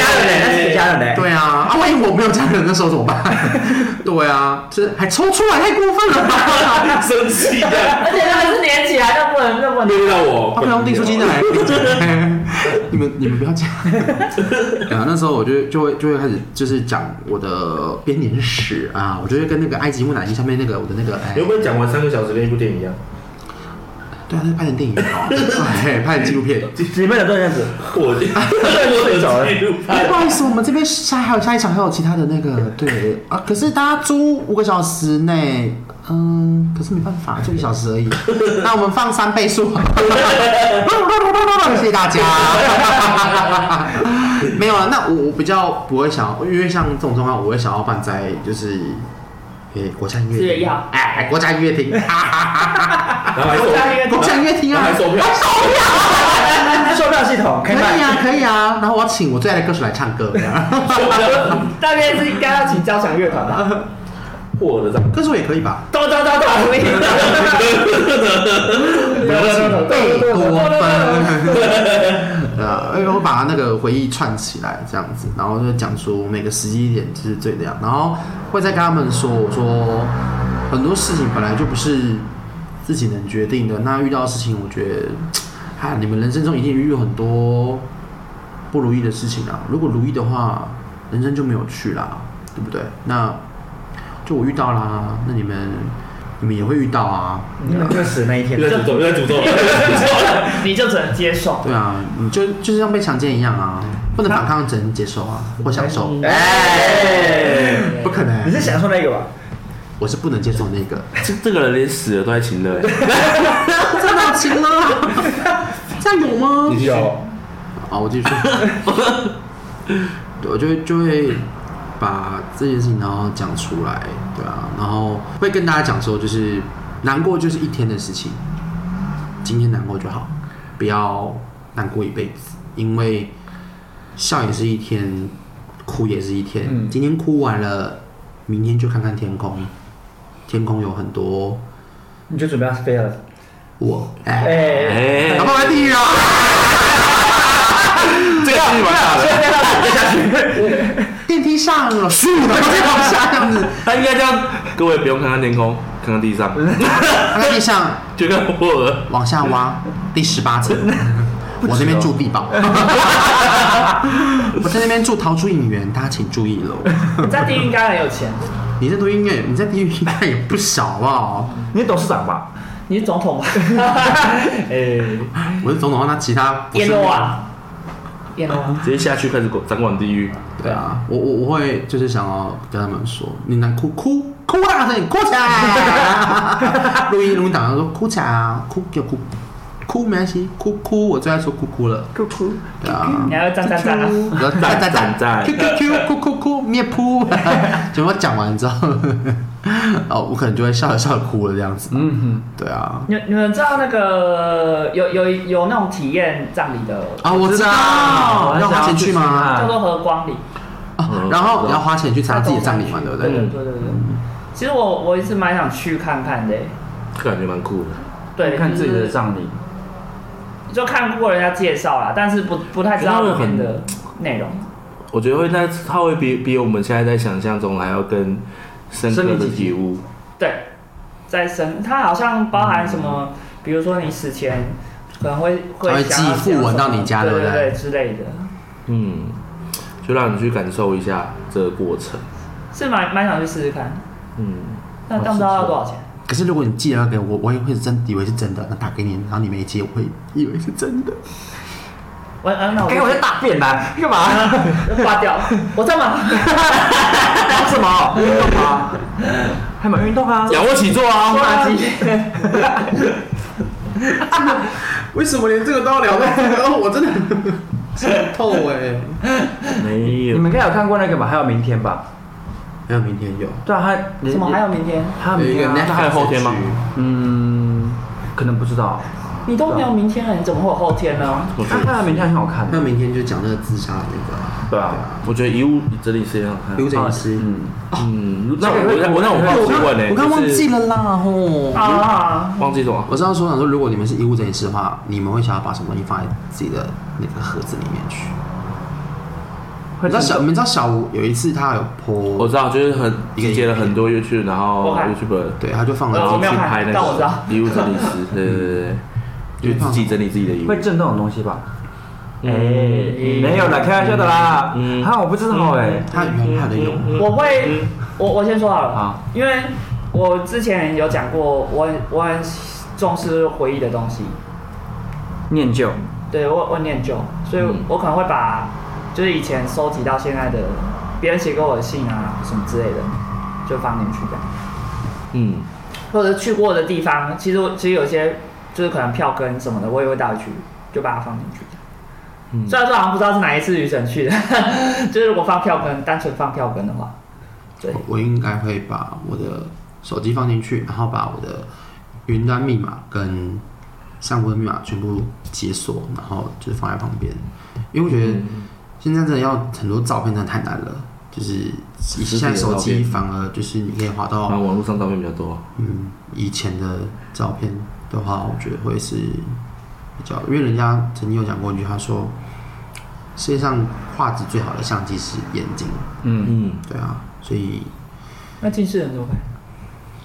D: 有人，那是人家有人。
A: 对啊，啊，万一我没有家人的时候怎么办？ 对啊，这还抽出来太过分了 吧？
B: 生气啊的，
C: 而且那个是连起来，那不能那不能
B: 面对到我，
A: 他不用订书机的， 你们你们不要讲。对啊，那时候我就就会就会开始就是讲我的编年史啊，我就会跟那个埃及木乃伊上面那个我的那个哎
B: 有没有讲完三个小时跟一部电影一样？
A: 对啊，那就拍成电影好，对，拍成纪录片。
D: 你们俩都这样子，
B: 我
D: 睡着了
B: 我的记录
A: 哎，不好意思，我们这边下还有下一场还有其他的那个对啊，可是大家租五个小时内，嗯，可是没办法，就一小时而已。那我们放三倍速，谢谢大家。 没有啊，那我我比较不会想，因为像这种状况，我会想要办在就是。诶，国家音乐
C: 四月
A: 厅
C: 一号，
A: 哎，国家音乐厅，
B: 然后还
C: 国家音乐厅
A: 国家音乐厅
B: 收
A: 啊，
B: 还售票
A: 还售票
D: 售票系统
A: 可
D: 开
A: 以
D: 卖。
A: 啊，可以啊。然后我要请我最爱的歌手来唱歌，这样
C: 大概是应该要请交响乐团吧，
B: 破的账，
A: 歌手也可以吧？
C: 咚咚 咚咚，同意。
A: 贝多芬，呃，因为我把那个回忆串起来，这样子，然后就讲出每个时机点就是这样，然后会再跟他们说，我说很多事情本来就不是自己能决定的，那遇到的事情，我觉得，啊，你们人生中一定遇到很多不如意的事情啊，如果如意的话，人生就没有趣啦，对不对？那就我遇到啦，那你们你们也会遇到啊，
D: 你们就死那一天
B: 又在诅咒，又在诅咒。
C: 你就只能接受。
A: 对啊，
D: 嗯
A: 你就就是像被强奸一样啊，不能反抗，只能接受啊，或享受。
D: 哎，
A: 不可能，
D: 你是享受那个吧？
A: 我是不能接受那 个，
B: 这这个人连死了都在情乐，
A: 这哪行啊？ 这样有吗？
B: 你有
A: 啊，我继续。对，我就会就会把这件事情然后讲出来，对啊，然后会跟大家讲说，就是难过就是一天的事情，今天难过就好，不要难过一辈子，因为笑也是一天，哭也是一天，
D: 嗯
A: 今天哭完了，明天就看看天空，天空有很多
D: 你就准备要飞了。
A: 我，哎、
D: 哎，
B: 哎
A: 搞，不好在地狱啊！
B: 这个是你们
A: 电梯上了，树的在往下这样子，
B: 他应该这样，各位不用看看天空，看看地 上，
A: 在地上。
B: 就看破了。
A: 往下挖，第十八层，我那边住地堡， 我在那边住逃出影园，大家请注意喽。
C: 你在地狱应该很有钱，
A: 你这读音乐，你在地狱应该也不啊小好不好？
D: 你是董事长吧？
C: 你是总统吧？哎，
A: 我是总统的话，那其他不
C: 阎
A: 是
C: 罗王，阎罗王。
B: 直接下去开始掌管地狱，
A: 对啊，我我我会就是想要跟他们说，你能哭哭哭大声，哭起来。录音录音档上说哭起来啊，哭就哭，哭没关系，哭哭，我最爱说哭哭了。
D: 酷酷，
A: 对啊，
C: 你还要赞赞赞啊
A: 然后赞赞赞赞，Q Q Q，哭哭哭，灭扑，结果讲完之后，哦，我可能就会笑着笑着哭了这样子。
D: 嗯哼，
A: 对啊，
C: 你你们知道那个有有有那种体验葬礼的，
A: 啊，我知道，要花钱去吗？
C: 叫做和光礼，
A: 啊然后要花钱去查自己的葬礼嘛，对不
C: 对对
A: 对？
C: 对对对。其实我我一直蛮想去看看的，欸
B: 感觉蛮酷的。
C: 对，
D: 看自己
C: 就
D: 的
C: 是
D: 葬礼，
C: 就看过人家介绍啦，但是不不太知道里面的内容。
B: 我觉得会那他会比比我们现在在想象中还要更深刻的体悟。
C: 对，在生它好像包含什么，比如说你死前可能会
A: 嗯它会
C: 会想要
A: 寄附文到你家
C: 讲什么
A: 对
C: 对
A: 不对
C: 对之类的，
B: 嗯，就让你去感受一下这个过程。
C: 是蛮蛮想去试试看。
B: 嗯，
C: 那但不知道要多少钱，
A: 可是如果你寄了给我，我也会真以为是真的，那打给你，然后你没接，我会以为是真的。
C: 我嗯那我
D: 给我
C: 就
D: 在大便啦，干嘛？
C: 挂 掉，我在忙。
D: 搞什么？运动吗？嗯还蛮运动啊，
B: 仰卧起坐 啊，
D: 垃圾。
A: 为什么连这个都要聊到这个？哦我真的很透哎。
B: 没
D: 你
B: 有
D: 们应该有看过那个吧？还有明天吧？
A: 还有明天有，
D: 对啊，还
C: 怎么还有明天？
D: 还有
A: 有一
D: 明
A: 个
D: 天啊？
A: Netflix
B: 还有后天吗
A: 剧
D: 嗯，可能不知道。
C: 你都没有明天了，你怎么会有后天呢？
B: 我觉
D: 啊，还
B: 得，
D: 有明天很好看。
A: 那明天就讲那个自杀的那个啊，
D: 对啊，
B: 我觉得遗物整理师也好看。
A: 刘诊师。
D: 嗯，
B: 嗯，那我我那我话
A: 我
B: 题
A: 刚
B: 问呢，
A: 我刚忘记
B: 了，
A: 了啦吼。
C: 啊，
B: 忘记什么？
A: 我知道说想说，如果你们是医务整理师的话，你们会想要把什么东西放在自己的那个盒子里面去？你
D: 会
A: 知道小，你们知道小吴有一次他有
B: 我
A: 泼，
B: 知道，就是很集结了很多 YouTube，然哦后
C: 我看
B: YouTuber
A: 对，他就放
B: 然
A: 了
B: 后
C: 我
B: 去
C: 没有看
B: 拍那
C: 但我知道
B: 个遗物整理师，对对对对，就自己整理自己的遗物
D: 会。震动这种东西吧？哎，
B: 嗯
D: 没有啦，开玩笑的啦。
B: 嗯
D: 啊，我不知道哎。
A: 他原来他的有，
C: 我会，我我先说好了，
D: 好
C: 因为我之前有讲过，我我很重视回忆的东西。
D: 念旧，
C: 对我我念旧，所以
B: 嗯
C: 我可能会把就是以前收集到现在的别人写给我的信啊什么之类的，就放进去这样。
B: 嗯，
C: 或者去过的地方，其实我其实有些就是可能票根什么的，我也会带回去，就把它放进去这样。
B: 嗯
C: 虽然说好像不知道是哪一次旅程去的， 就是如果放票根，单纯放票根的话，对
A: 我应该会把我的手机放进去，然后把我的云端密码跟相簿的密码全部解锁，然后就是放在旁边，因为我觉得现在真的要很多照片真的太难了，就是以
B: 实体的
A: 现在手
B: 照
A: 机
B: 片
A: 反而就是你可以滑
B: 反
A: 到
B: 正网络上照片比较多。
A: 嗯以前的照片的话，我觉得会是比较，因为人家曾经有讲过一句，他说世界上画质最好的相机是眼睛，
D: 嗯
B: 嗯，
A: 对啊，所以
C: 那近视人怎么办？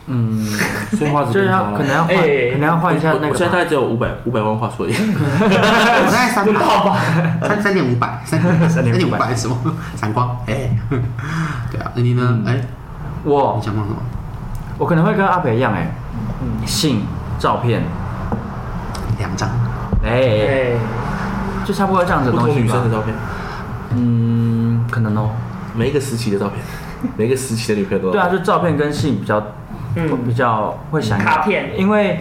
D: 嗯，
B: 所以画质
D: 就是
B: 变
D: 要
B: 高了
D: 可能要换，
C: 哎
D: 可能要换一下那
B: 我现在大
D: 个。
B: 概只有五百五百万画素而已。
A: 我在三百。
C: 好吧，
A: 三三点五百， 三点三点五
D: 3.500
A: 百什么？闪光？哎、 对啊，那你呢？哎、
D: 我
A: 你想放什么？
D: 我可能会跟阿北一样，哎，
C: 嗯，
D: 信、照片，
A: 两张。
D: 哎，
C: 对，
D: 就差不多这样子
B: 不
D: 的
B: 同
D: 东西
B: 女生的
D: 吧。
B: 照片，
D: 嗯，可能哦。
B: 每一个时期的照 片，每一个时期的女朋友都有
D: 对啊，就照片跟信比较，
C: 嗯
D: 会比较会想要
C: 卡片
D: 因为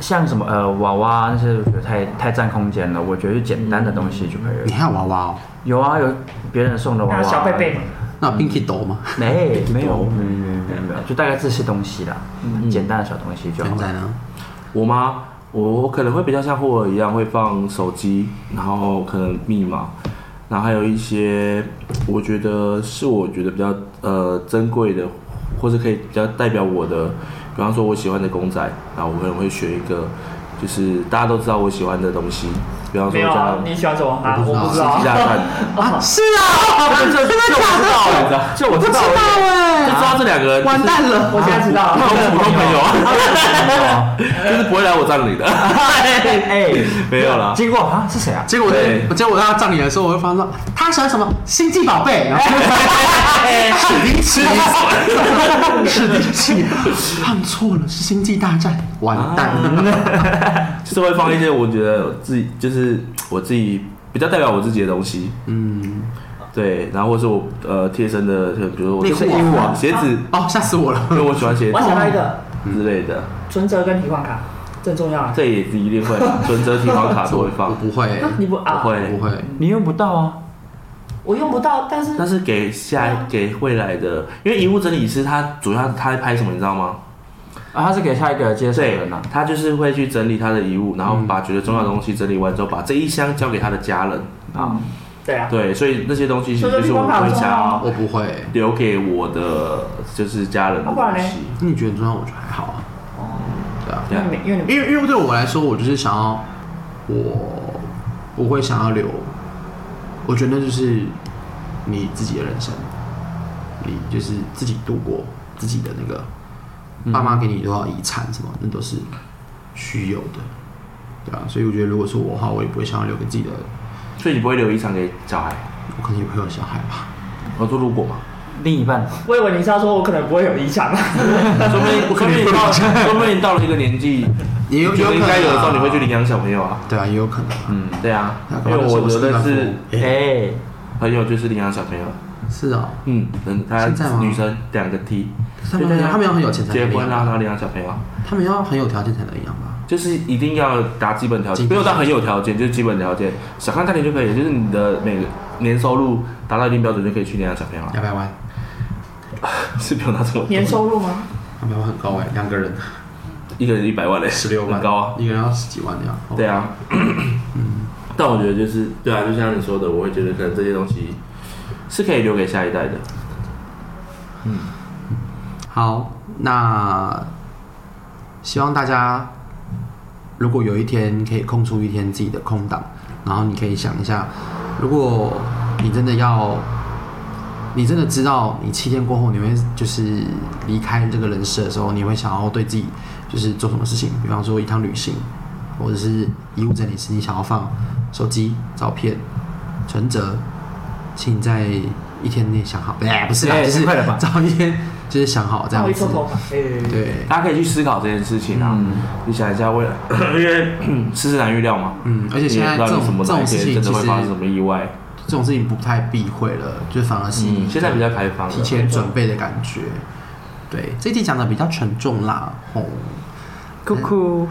D: 像什么呃娃娃那些，我觉得太太占空间了。我觉得就简单的东西就可以
A: 你
D: 了。
A: 还有娃娃哦？
D: 有啊，有别人送的娃
C: 那
D: 娃，
C: 小贝贝嘛，
A: 那有 Pinky 斗吗？
D: 没没有没有没有没有没有，就大概这些东西啦，简单的小东西就好
A: 人仔
D: 了。
A: 呢？
B: 我吗？我我可能会比较像霍尔一样，会放手机，然后可能密码，然后还有一些我觉得是我觉得比较呃珍贵的，或者可以比较代表我的，比方说我喜欢的公仔，然后我可能会选一个，就是大家都知道我喜欢的东西，比方说
C: 没有啊
B: 像，
C: 你喜欢什么啊？
A: 我不知道
C: 我不知
B: 鸡
C: 道 啊，
B: 蛋蛋，
A: 啊，是啊，
D: 这这这我
B: 嗯
D: 知道了，这我知道了。
B: 就知道这两个人
A: 完蛋了，
C: 我现在 知道
B: 普
C: 了，
B: 通普通朋友 啊，就是不会来我葬礼的，
D: 哎，
B: 没有啦。
D: 经过啊是谁啊？
A: 结果我在
B: 对
A: 结果我到葬礼的时候，我会发现说他喜欢什么星际宝 贝，然后史迪奇，史迪奇，看错了是星际大战，完蛋了，
B: 就是会放一些我觉得自己就是我自己比较代表我自己的东西，
A: 嗯，
B: 对，然后或是我呃贴身的，就比如说我
A: 内裤啊
B: 衣服啊、鞋子，
A: 哦，吓死 我了
B: 因，为我喜欢鞋
C: 我
B: 子嗯
C: 想到一个
B: 之类的，
C: 存折跟提款卡，这很重要啊。
B: 这也是一定会的存折、提款卡都会
A: 我
B: 放，
A: 不会，
C: 你不啊？
B: 不会
A: 我不会，
D: 你用不到啊。
C: 我用不到，但是
B: 但是给下给未来的，因为遗物整理师他主要他在拍什么，你知道吗？
D: 啊，他是给下一个接手的
B: 对嗯
D: 人啊。，
B: 他就是会去整理他的遗物，然后把觉得重要的东西整理完之后，把这一箱交给他的家人。
D: 啊，
C: 对啊，
B: 对，所以那些东西其实就是我
C: 存折提款卡
B: 会
C: 很重
B: 想
C: 要啊
B: 要
A: 我不会。
B: 留给我的就是家人的
C: 啊不然
B: 东
C: 嘞
B: 西。
A: 那你觉得重要，我觉得还好啊。对啊，
B: 对啊
C: 因为你因为你
A: 因为因为对我来说，我就是想要，我不会想要留，我觉得就是你自己的人生，你就是自己度过自己的那个，爸妈给你多少遗产什么，那都是虚有的，对啊。所以我觉得，如果是我的话，我也不会想要留给自己的，
B: 所以你不会留遗产给小孩？
A: 我可能也会有小孩吧。
B: 我说如果嘛，
D: 另一半
C: 我以为你是要说我可能不会有啊遗 产吧？
B: 说不定啊说不定你到说不定你到了一个年纪，
A: 也有
B: 觉得
A: 有可能啊
B: 应该有的时候，你会去领养小朋友啊。
A: 对啊，也有可能啊。
B: 嗯，对啊
A: 那，
B: 因
A: 搞不
B: 为
A: 好
B: 我
A: 是
B: 留
A: 失
B: 的
A: 败父
B: 是
A: 母哎，
D: 哎，
B: 朋友，就是领养小朋友。
A: 是啊，
B: 嗯，嗯，她
A: 现在吗
B: 女生两个 T，
A: 他们他们要很有钱才
B: 结
A: 能
B: 婚
A: 养
B: 啦，然
A: 吧，
B: 后领养小朋友，啊
A: 他们要很有条件才能养吧。
B: 就是一定要达基本条
A: 基
B: 件，
A: 本
B: 没有到很有条件，就是基本条件，小康家庭就可以，就是你的每个年收入达到一定标准就可以去领养小朋 友了，
A: 两百万，
B: 是不用拿这么多
C: 年收入吗？
A: 两百万很高哎、两个人
B: 一个人一百万嘞，
A: 十六万，
B: 很高啊。
A: 一个人要十几万哦呀。
B: 对，啊，但我觉得就是嗯对啊，就像你说的，我会觉得可能这些东西是可以留给下一代的。
A: 好，那希望大家如果有一天可以空出一天自己的空档，然后你可以想一下，如果你真的要，你真的知道你七天过后你会就是离开这个人世的时候，你会想要对自己就是做什么事情，比方说一趟旅行，或者是遗物整理师，你想要放手机、照片、存折，请在一天内想好，哎、不是啦，
D: 哎
A: 就是
D: 太快了吧
A: 找一天就是想好这
C: 那
A: 样
C: 我哦一撮
A: 子，
C: 头发，哎，
A: 对，
B: 大家可以去思考这件事情啊。
D: 嗯
B: 你想一下未来， 因为世事难预料嘛，
A: 嗯，而且
B: 你也
A: 现
B: 不
A: 在这
B: 知道有
A: 种
B: 什么
A: 这
B: 哪一
A: 种事
B: 天
A: 情
B: 真的
A: 其
B: 会
A: 实
B: 发生什么意外。
A: 这种事情不太避讳了，就反而是
B: 嗯，现在比较开放了
A: 提前准备的感觉。对，这一题讲的比较沉重啦，哦，
D: 酷酷，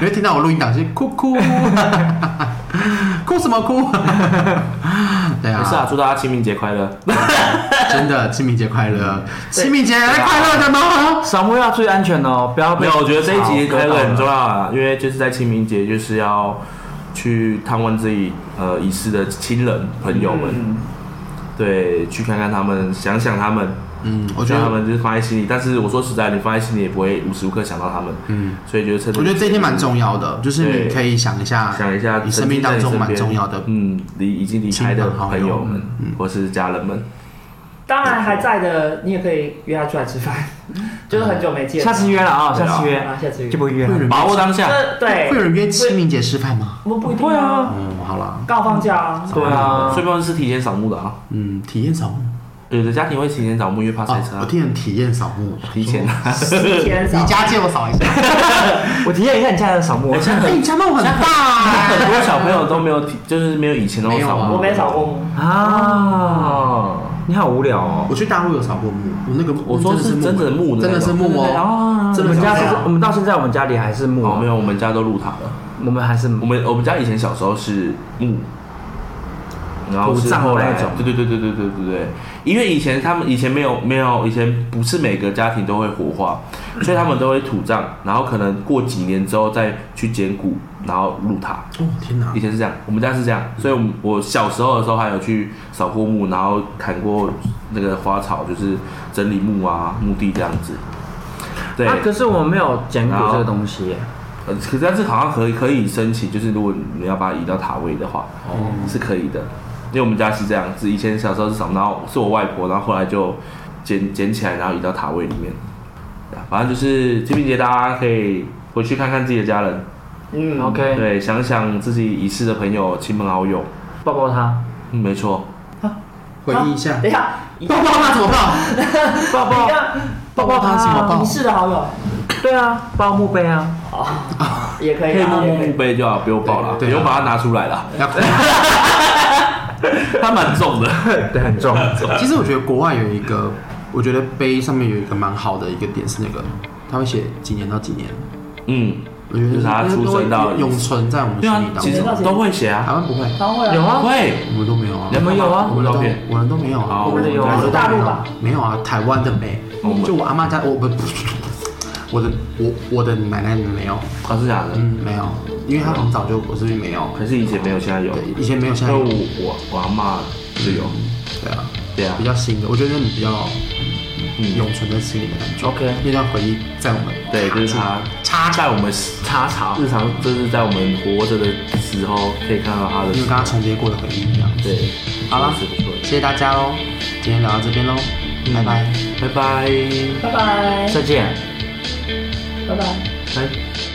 A: 你会听到我录音档是哭 哭，哭什么哭？ 对
B: 没事啊
A: 啊，，
B: 祝大家清明节快乐。
A: 真的清明节快
B: 嗯
A: 乐，
C: 对
A: 清明节快乐的吗？
D: 扫墓要注意安全哦，不要
B: 没
D: 被
B: 有，我觉得这一集
D: 草
B: 开个
D: 割到
B: 很重
D: 了。
B: 要啊，因为就是在清明节就是要去探望自己呃已逝的亲人朋友们，
C: 嗯
B: 对，去看看他们，想想他们，
A: 嗯，我
B: 我
A: 觉
B: 觉得他
A: 得，
B: 们就是放在心里。但是我说实在，你放在心里也不会无时无刻想到他们，
A: 嗯，
B: 所以觉得趁
A: 我觉得这一天蛮重要的，就是
B: 对
A: 你可以想一下，
B: 想一下
A: 你生命当中蛮重要的，
B: 嗯，离已经离开的朋
A: 亲朋好
B: 友们
A: 友嗯
B: 或是家人们，
C: 当然还在的，你也可以约他出来吃饭， 就是很久没见了，
D: 下次约了啊，
B: 对啊
D: 下次约
C: 啊，下次约
D: 就不约
A: 会有
D: 了。
A: 人
B: 把握当下。
C: 这对
A: 会有，人约清明节吃饭吗？
C: 我不一定
D: 会啊，
A: 嗯，好啦，
C: 刚好放假啊，
D: 对啊
B: 所以不是提前扫墓的啊，
A: 嗯，体验扫墓
B: 有的家庭会提前扫墓，因为怕塞
A: 啊
B: 车，
A: 我
B: 啊，
A: 听人体验扫墓，
B: 提前。啊
A: 啊
C: 提 前
A: 你
C: 扫
A: 家借我扫一下，
D: 我体验一下你家的扫墓，
A: 哎，你家墓很大
B: 很
A: 哎，
B: 多小朋友都没有提，就是没有以前那种扫
A: 没有啊
B: 墓。
C: 我没扫过。墓，
D: 啊，
B: 哦，
D: 你好无聊哦。
A: 我去大陆有扫过墓，我那个
B: 我说
A: 真
B: 是真的墓的
A: 真
B: 那
A: 的
B: 种
A: 是墓哦，
D: 哦我
A: 真的
D: 们家
A: 是
D: 是
A: 这样，
D: 我们到现在我们家里还是墓
B: 啊哦，没
D: 啊，
B: 有，我们家都入塔了。
D: 我们还是
B: 我
D: 墓。
B: 们我们家以前小时候是墓，然后
D: 土
B: 是
D: 葬
B: 后
D: 的
B: 来
D: 那种
B: 对对对对对对对对，因为以前他们以前没有没有以前不是每个家庭都会火化，所以他们都会土葬，然后可能过几年之后再去捡骨，然后入塔。
A: 哦天哪
B: 以，前是这样，我们家是这样，所以我们我小时候的时候还有去扫过墓，然后砍过那个花草，就是整理墓啊、墓地这样子。对，
D: 啊，可是我们没有捡骨
B: 然后
D: 这个东西耶。
B: 呃，可是但是好像可以可以申请，就是如果你要把它移到塔位的话，哦，
A: 嗯
B: 是可以的。因为我们家是这样子，以前小时候是扫，然后是我外婆，然后后来就捡捡起来，然后移到塔位里面。对啊反正就是清明节，大家可以回去看看自己的家人，
C: 嗯
D: OK，
B: 对，想想自己已逝的朋友、亲朋好友。
D: 抱抱他，
B: 嗯，没错，
A: 回忆一下
C: 等，一下，一
A: 哎抱抱他怎么抱？
D: 抱 抱，抱抱
A: 他怎么
D: 他
A: 抱
C: 啊你。是的好友
D: 对啊，抱墓碑啊，
C: 也可
B: 可
C: 以
B: 以
C: 啊，
B: 摸
C: 也
B: 摸
C: 可以
B: 墓碑就好，不用抱了，不
A: 对对啊
B: 用把它拿出 来了，
A: 要哭
B: 它蛮重的。
D: 对，很重。
A: 其实我觉得国外有一个，我觉得碑上面有一个蛮好的一个点是那个，他会写几年到几年，
B: 嗯，
A: 我觉得
B: 就是他出生到
A: 永存在我们
B: 对
A: 心
B: 啊
A: 里，当
B: 其
A: 中
B: 实。都会写
A: 台
B: 啊，
A: 湾不会，
C: 他会啊，
D: 有啊，
B: 会。
A: 我们都没有啊
B: 你，
D: 们有啊
A: 我们
B: 照
A: 都
B: 片。
A: 我们都没有啊，
B: 好
D: 我们的有啊
A: 我的
C: 大陆
A: 没有
C: 吧
A: 啊，没有啊，台湾的没
B: 我们，
A: 就我阿妈家，我不，我的我我的奶奶没有，
B: 哦，是假的，
A: 嗯，没有，因为她很早就我这边没有，
B: 可是以前没有，现在有。
A: 对，以前没有，现
B: 因
A: 在
B: 为
A: 有
B: 我我我阿妈是有，
A: 对啊，
B: 对啊
A: 比，较新的，我觉得你比较
B: 嗯，
A: 永存在心里的感觉。
D: OK
A: 那段回忆在我们
B: 对，就是他
A: 插
B: 在
A: 在
B: 我们
D: 茶草，
B: 日常，就是在我们活着的时候可以看到他的
A: 你有。跟他重叠过的回忆一样。
B: 对，
A: 好啦
B: 是不错的
A: 谢谢大家喽，今天聊到这边喽，拜拜。
B: 拜拜，
C: 拜拜，
D: 再见。
C: 拜拜。
B: 拜。